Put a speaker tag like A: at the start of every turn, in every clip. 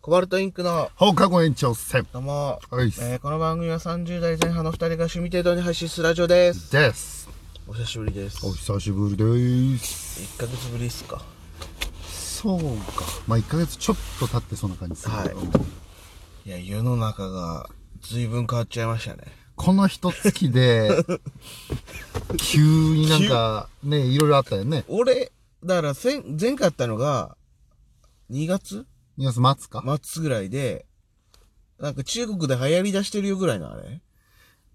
A: コバルトインクの
B: 放課後延長戦
A: どうも、
B: はい
A: えーこの番組は30代前半の2人が趣味程度に配信するラジオです
B: です
A: お久しぶりです
B: お久しぶりです
A: 1ヶ月ぶりっすか
B: そうかまあ1ヶ月ちょっと経ってそんな感じでするけど
A: はいいや世の中が随分変わっちゃいましたね
B: この一月 で急になんかねいろいろあったよね
A: 俺だから前前回あったのが2月
B: 2月待つか、ま
A: 末ぐらいでなんか中国で流行り出してるよぐらいのあれ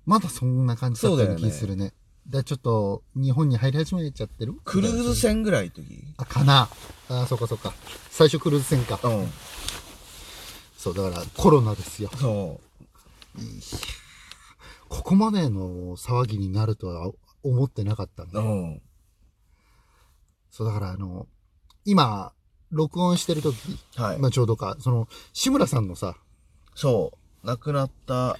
B: だそんな感じだったような気するねでちょっと日本に入り始めちゃってる
A: クルーズ船ぐらいの時
B: あかなあそっかそっか最初クルーズ船か、
A: うん
B: そうだからコロナですよ
A: そ
B: ここまでの騒ぎになるとは思ってなかったん
A: う
B: で、
A: うん
B: そうだからあの、今、録音してる時、
A: はい、
B: まあちょうどか、その、志村さんのさ、
A: そう亡くなった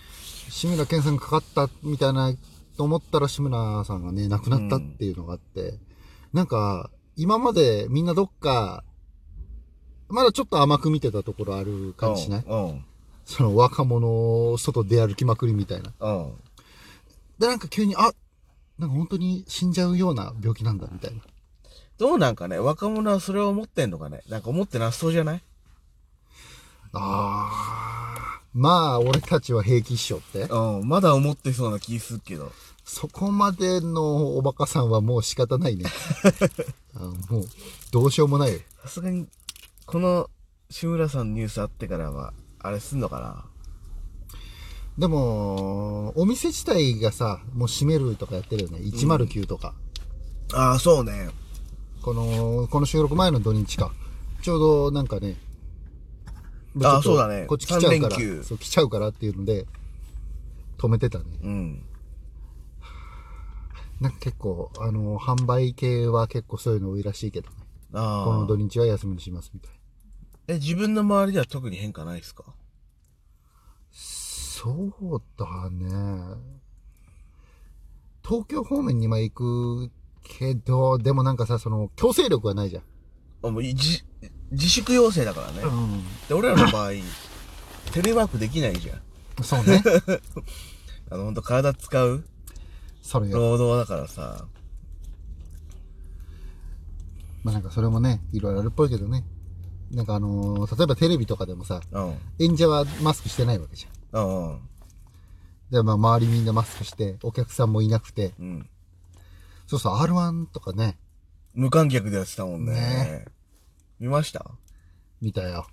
B: 志村けんさんがかかったみたいなと思ったら志村さんがね、亡くなったっていうのがあって、なんか、今までみんなどっか、まだちょっと甘く見てたところある感じしない、
A: うんうん
B: その若者を外出歩きまくりみたいな。
A: うん
B: で、なんか急に、あなんか本当に死んじゃうような病気なんだみたいな。
A: どうなんかね、若者はそれを思ってんのかね。なんか思ってなさそうじゃない
B: ああ。まあ、俺たちは平気っしょって。
A: うん、まだ思ってそうな気するけど。
B: そこまでのおバカさんはもう仕方な いね。あもう、どうしようもないよ。
A: さすがに、この志村さんのニュースあってからは、あれすんのかな
B: でも、お店自体がさ、もう閉めるとかやってるよね。109とか。
A: ああ、そうね。
B: この、この収録前の土日か。ちょうどなんかね、
A: あ
B: ちょっと
A: そうだね
B: こっち来ちゃうから
A: 三連休。
B: そう、来ちゃうからっていうので、止めてたね。
A: うん。
B: なんか結構、あの、販売系は結構そういうの多いらしいけどね。こ
A: あ
B: の土
A: あ。
B: 日は休みにしますみたいな。
A: え、自分の周りでは特に変化ないですか
B: そうだね。東京方面に今行くけど、でもなんかさ、その、強制力はないじゃん。
A: あもういじ自粛要請だからね。
B: う
A: で、俺らの場合、 テレワークできないじゃん。
B: ん。そう ね。
A: あの、ほんと体使う
B: それよ。
A: 労働だからさ。
B: まあなんかそれもね、いろいろあるっぽいけどね。なんかあのー例えばテレビとかでもさ、
A: うん。
B: 演者はマスクしてないわけじゃん。
A: うんうん。
B: で、まあ周りみんなマスクして、お客さんもいなくて。
A: うん。
B: そうそう、R1 とかね、
A: 無観客でやってたもんね。
B: ね
A: 見ました
B: 見たよ。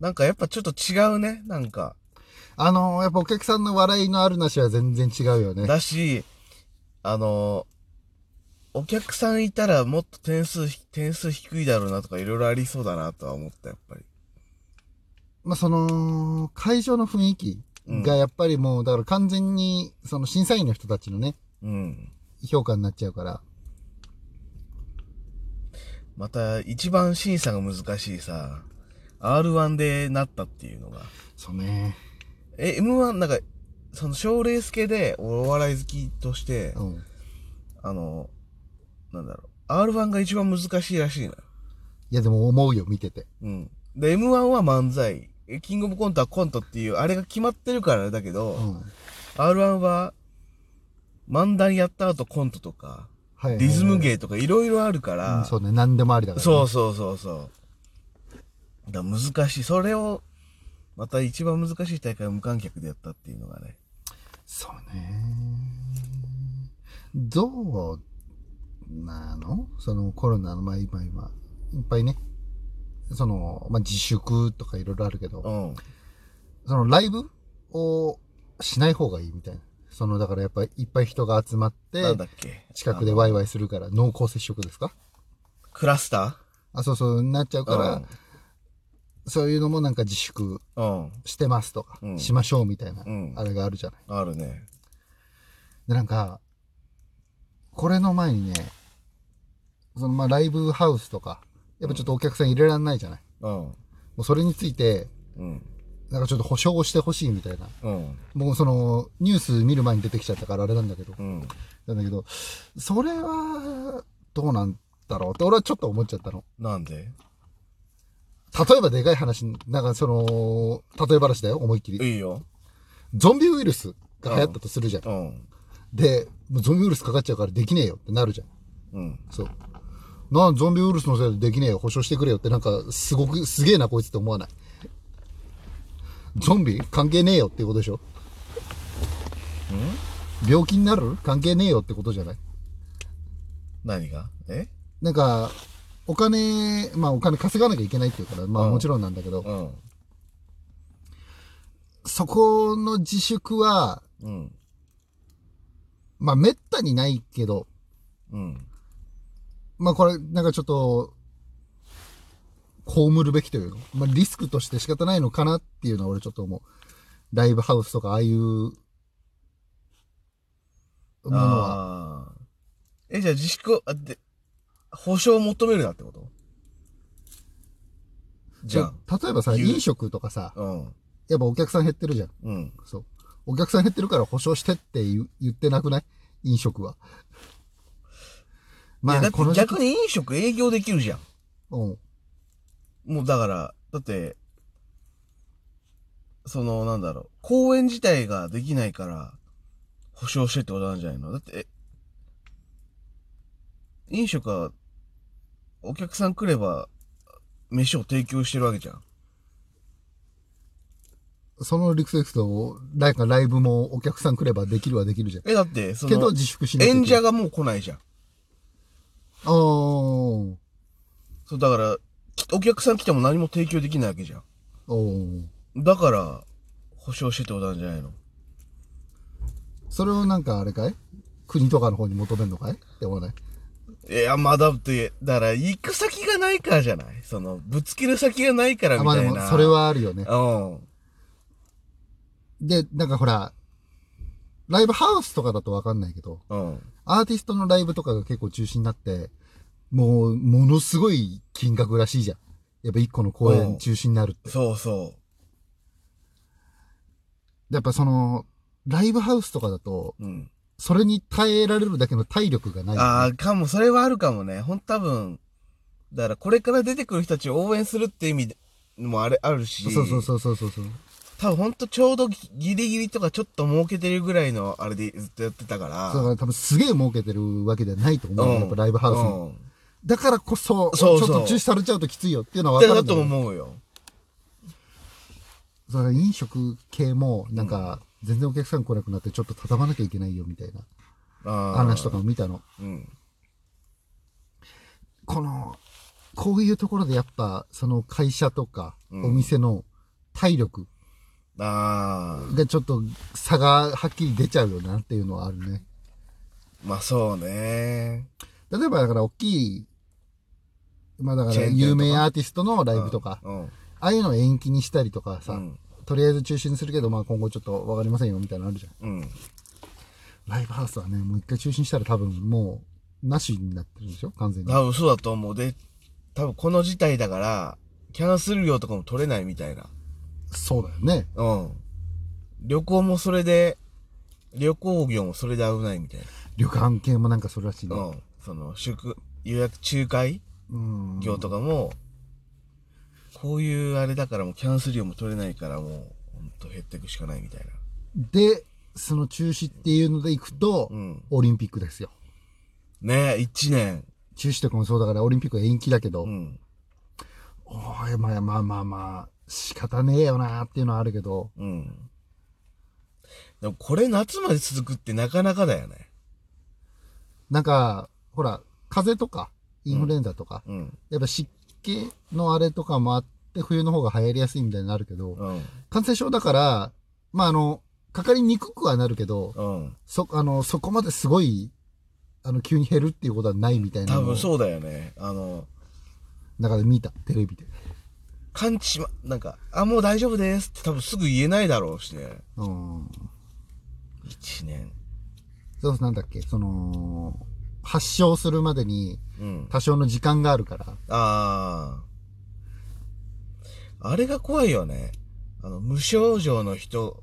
A: なんかやっぱちょっと違うね。なんか。
B: あのーやっぱお客さんの笑いのあるなしは全然違うよね。
A: だし、あの、お客さんいたらもっと点数ひ、点数低いだろうなとかいろいろありそうだなとは思った、やっぱり。
B: まあ、その、会場の雰囲気がやっぱりもう、だから完全に、その審査員の人たちのね、
A: うん。
B: 評価になっちゃうから。
A: また、一番審査が難しいさ、R1 でなったっていうのが。
B: そうね。
A: え、M1 なんか、その賞レース系で、お笑い好きとして、
B: うん。
A: あの、なんだろう、R1 が一番難しいらしいのよ。
B: いや、でも思うよ、見てて。
A: うん。で、M1 は漫才。えキングオブコントはコントっていう、あれが決まってるからだけど、
B: うん。
A: R1 は、漫談やった後コントとか、
B: はい
A: リズム
B: ー
A: 芸とかいろいろあるか
B: う
A: ら
B: ん、、そうね、何でもありだから、ね。
A: そうそうそうそう。だから難しい。それを、また一番難しい大会を無観客でやったっていうのがね。
B: そうね。どうなのそのコロナの、まあ今今、いっぱいね、その、まあ自粛とかいろいろあるけど、
A: うん。
B: そのライブをしない方がいいみたいな。その、だからやっぱりいっぱい人が集まって、
A: なんだっけ。
B: 近くでワイワイするから、濃厚接触ですか
A: クラスタ
B: あ、そうそう、なっちゃう
A: ー
B: から、そういうのもなんか自粛
A: うん。うん。
B: してますとか、
A: うん
B: しましょうみたいな、
A: うん
B: あれがあるじゃない。
A: あるね。
B: で、なんか、これの前にね、そのまあライブハウスとか、やっぱちょっとお客さん入れられないじゃない。
A: うん。
B: もうそれについて、
A: うん。
B: なんかちょっと保証をしてほしいみたいな。
A: うん。
B: もうその、ニュース見る前に出てきちゃったからあれなんだけど、
A: うん。
B: なんだけど、それは、どうなんだろうって俺はちょっと思っちゃったの。
A: なんで
B: 例えばでかい話、なんかその、例え話だよ、思いっきり。
A: いいよ。
B: ゾンビウイルスが流行ったとするじゃん。
A: うん。
B: で、もうゾンビウイルスかかっちゃうからできねえよってなるじゃん。
A: うん。
B: そう。なん、ゾンビウイルスのせいでできねえよ、保証してくれよってなんか、すごく、すげえなこいつって思わない。ゾンビ関係ねえよっていうことでしょ病気になる関係ねえよってことじゃない
A: 何がえ
B: なんか、お金、まあお金稼がなきゃいけないっていうから、まあ
A: うん
B: もちろんなんだけど、
A: うん。
B: そこの自粛は、
A: うん。
B: まあ滅多にないけど、
A: うん。
B: まあこれ、なんかちょっと、被るべきというの。まあリスクとして仕方ないのかなっていうのは俺ちょっと思う。ライブハウスとかああいうもの
A: あ
B: は。
A: あ。え、じゃあ自粛を、あ、で、保証を求めるなってことじゃ
B: そう例えばさ、
A: 牛
B: 飲食とかさ
A: あ。、うん。
B: やっぱお客さん減ってるじゃん。
A: うん。
B: そう。お客さん減ってるから保証してって言う言ってなくない飲食は。
A: い
B: ま
A: やだ
B: あ、
A: って
B: この時期
A: 逆に飲食営業できるじゃん。
B: うん。
A: もうだから、だって、その、なんだろう、公演自体ができないから、保証してってことなんじゃないのだって、え飲食は、お客さん来れば、飯を提供してるわけじゃん。
B: そのリクセクト、なんかライブもお客さん来ればできるはできるじゃん。
A: え、だって、そ
B: けど
A: の、
B: 自粛しないと
A: 演
B: いけな
A: 者
B: い
A: がもう来ないじゃん。
B: あー
A: そう、だから、きお客さん来ても何も提供できないわけじゃ
B: おー
A: ん。だから、保証してってことなんじゃないの
B: それをなんかあれかい国とかの方に求めるのかいって思わない
A: いや、まあだって、だから、行く先がないからじゃないその、ぶつける先がないから
B: あ
A: み
B: まあ
A: た
B: で
A: いな。
B: も、それ。はあるよね。
A: うん。
B: で、なんかほら、ライブハウスとかだとわかんないけど、
A: うん。
B: アーティストのライブとかが結構中止になって、もう、ものすごい金額らしいじゃん。やっぱ一個の公
A: う
B: 演
A: ん
B: 中止になるって。
A: そうそ
B: やっぱその、ライブハウスとかだと、
A: う。うん。
B: それに耐えられるだけの体力がない、
A: ああ、かも、それはあるかもね。ほん多分、だから、これから出てくる人たちを応援するって意味でもあれ、あるし。
B: そうそう
A: う。
B: そうそうそうそう。
A: 多分、ほんとちょうどギギリギリとかちょっと儲けてるぐらいの、あれでずっとやってたから。
B: だから多分すげえ儲けてるわけではないと思う、やっぱライブハウスも。
A: ス。
B: だからこそ、
A: そうそう
B: ちょっと中止されちゃうときついよっていうのは
A: う
B: 分
A: ん。
B: かる
A: だ
B: んだ
A: と
B: けど
A: 思うよ。
B: それ飲食系も、なんか、全然お客さん来なくなって、ちょっと畳まなきゃいけないよみたいな
A: ああ。
B: 話とかも見たの。
A: うん。
B: この、こういうところでやっぱ、その会社とか、
A: うん
B: お店の体力
A: ああ。
B: がちょっと差がはっきり出ちゃうよなっていうのはあるね。
A: まあ、そうね。
B: 例えばだから大きい、まあだか
A: チェ
B: ら
A: ーン店とか
B: 有名アーティストのライブとか、
A: うん。
B: ああいうのを延期にしたりとか
A: う
B: さ、
A: ん。
B: とりあえず中止にするけど、まあ今後ちょっとわかりませんよみたいなのあるじゃん。
A: うん。
B: ライブハウスはね、もう一回中止にしたら多分もう、なしになってるんでしょ完全に。
A: 多分そうだと思う。で、多分この事態だから、キャンセル料とかも取れないみたいな。
B: そうだよね。
A: うん。旅行もそれで、旅行業もそれで危ないみたい
B: 旅館系もなんかそれらしい
A: な。
B: ね。
A: うん。その、宿、予約仲介
B: うん。
A: 業とかも、こういうあれだからもうキャンセル料も取れないからもう、ほんと減っていくしかないみたいな。
B: で、その中止っていうので行くと、
A: うん
B: オリンピックですよ。
A: ねえ、一年。
B: 中止とかもそうだから、オリンピックは延期だけど、
A: うん。
B: おーい、まあまあまあまあ、仕方ねえよなーっていうのはあるけど、
A: うん。でもこれ夏まで続くってなかなかだよね。
B: なんか、ほら、風邪とか、インフルエンザとか、
A: うん。
B: やっぱ湿気のあれとかもあって、冬の方が流行りやすいみたいになるけど、
A: うん。
B: 感染症だから、まああの、かかりにくくはなるけど、
A: うん。
B: そ、あの、そこまですごい、あの、急に減るっていうことはないみたいな
A: 多
B: のを
A: 分そうだよね。あの、
B: 中で見た、テレビで。
A: 完治しま、なんか、あ、もう大丈夫ですって多分すぐ言えないだろうしね。
B: うん。
A: 1年。
B: そう、なんだっけ、その、発症するまでに
A: うん。
B: 多少の時間があるから、
A: ああ。あれが怖いよね。あの、無症状の人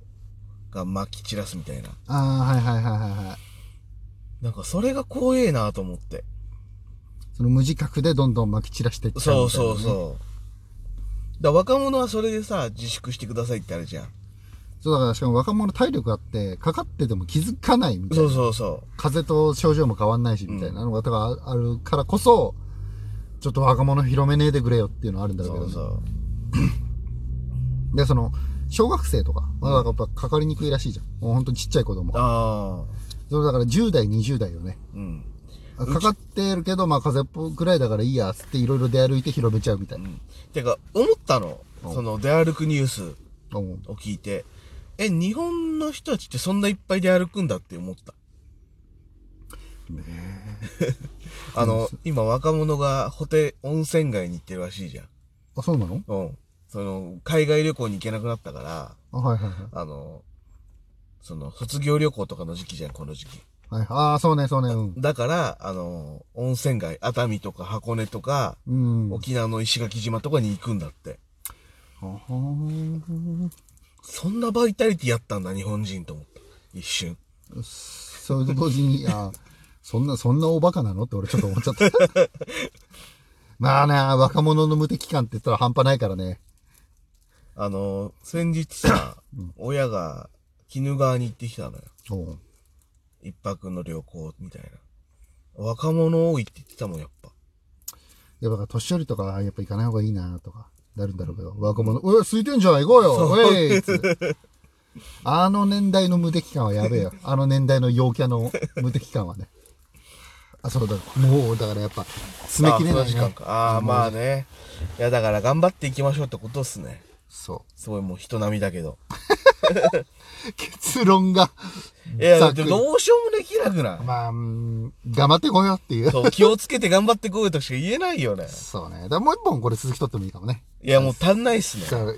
A: が撒き散らすみたいな。
B: ああ、はいはいはいはいはい。
A: なんかそれが怖えなと思って。
B: その無自覚でどんどん撒き散らしてっちゃう
A: そ
B: み
A: う
B: たいな
A: そ
B: ね、
A: うそう。だ若者はそれでさ、自粛してくださいってあるじゃん。
B: そうだからしかも若者体力あって、かかってても気づかないみたいな。
A: そうそうそ
B: 風邪と症状も変わんないし、みたいなのが、だからあるからこそ、ちょっと若者広めねえでくれよっていうのはあるんだ
A: う。
B: ろ
A: そ
B: うけど
A: う
B: ね。
A: そう。
B: で、その、小学生とか、まあ、だからやっぱかかりにくいらしいじゃん。もうほんとちっちゃい子供。
A: ああ。
B: それだから10代、20代よね。
A: うん。
B: かかってるけど、まあ風邪っぽくらいだからいいや、つっていろいろ出歩いて広めちゃうみたいな。
A: てか、思ったの。その、出歩くニュース
B: うん
A: を聞いて。え、日本の人たちってそんないっぱい出歩くんだって思った。あの、今若者がホテ、温泉街に行ってるらしいじゃん。
B: あ、そうなの
A: うん。その、海外旅行に行けなくなったから、
B: あ、はいはいはい。
A: あの、その、卒業旅行とかの時期じゃん、この時期。
B: はい、ああ、そうね、そうね、うん。
A: だから、あの、温泉街、熱海とか箱根とか、
B: うん。
A: 沖縄の石垣島とかに行くんだって。
B: あは
A: そんなバイタリティやったんだ、日本人と思った。一瞬。
B: ーそれと同時に、あーそんな、そんなおバカなのって俺ちょっと思っちゃった。まあね、若者の無敵感って言ったら半端ないからね。
A: あの、先日さ、親が鬼怒川に行ってきたのよ。
B: うん。
A: 一泊の旅行みたいな。若者多いって言ってたもん、やっぱ。
B: やっぱ年寄りとか、やっぱ行かない方がいいなとか、なるんだろうけど、若者、うえ、空いてんじゃん、行こうよ、おいっつってあの年代の無敵感はやべえよ。あの年代の陽キャの無敵感はね。あ、そうだ、もう、だからやっぱ、詰め切れ
A: あ
B: な
A: あそ
B: いう
A: 時間
B: ね。
A: か。ああ、まあね。いや、だから頑張っていきましょうってことっすね。
B: そ
A: すごいもう人並みだけど。
B: う。結論が、
A: いや、
B: ざ
A: だ
B: っ
A: っ
B: く
A: て
B: り
A: どうしようもできなくない
B: まあ、うん頑張ってこいよっていう。
A: そう、気をつけて頑張ってこいとしか言えないよね。
B: そうね。だからもう一本これ続き取ってもいいかもね。
A: いや、もう足んないっすね。
B: じゃあ、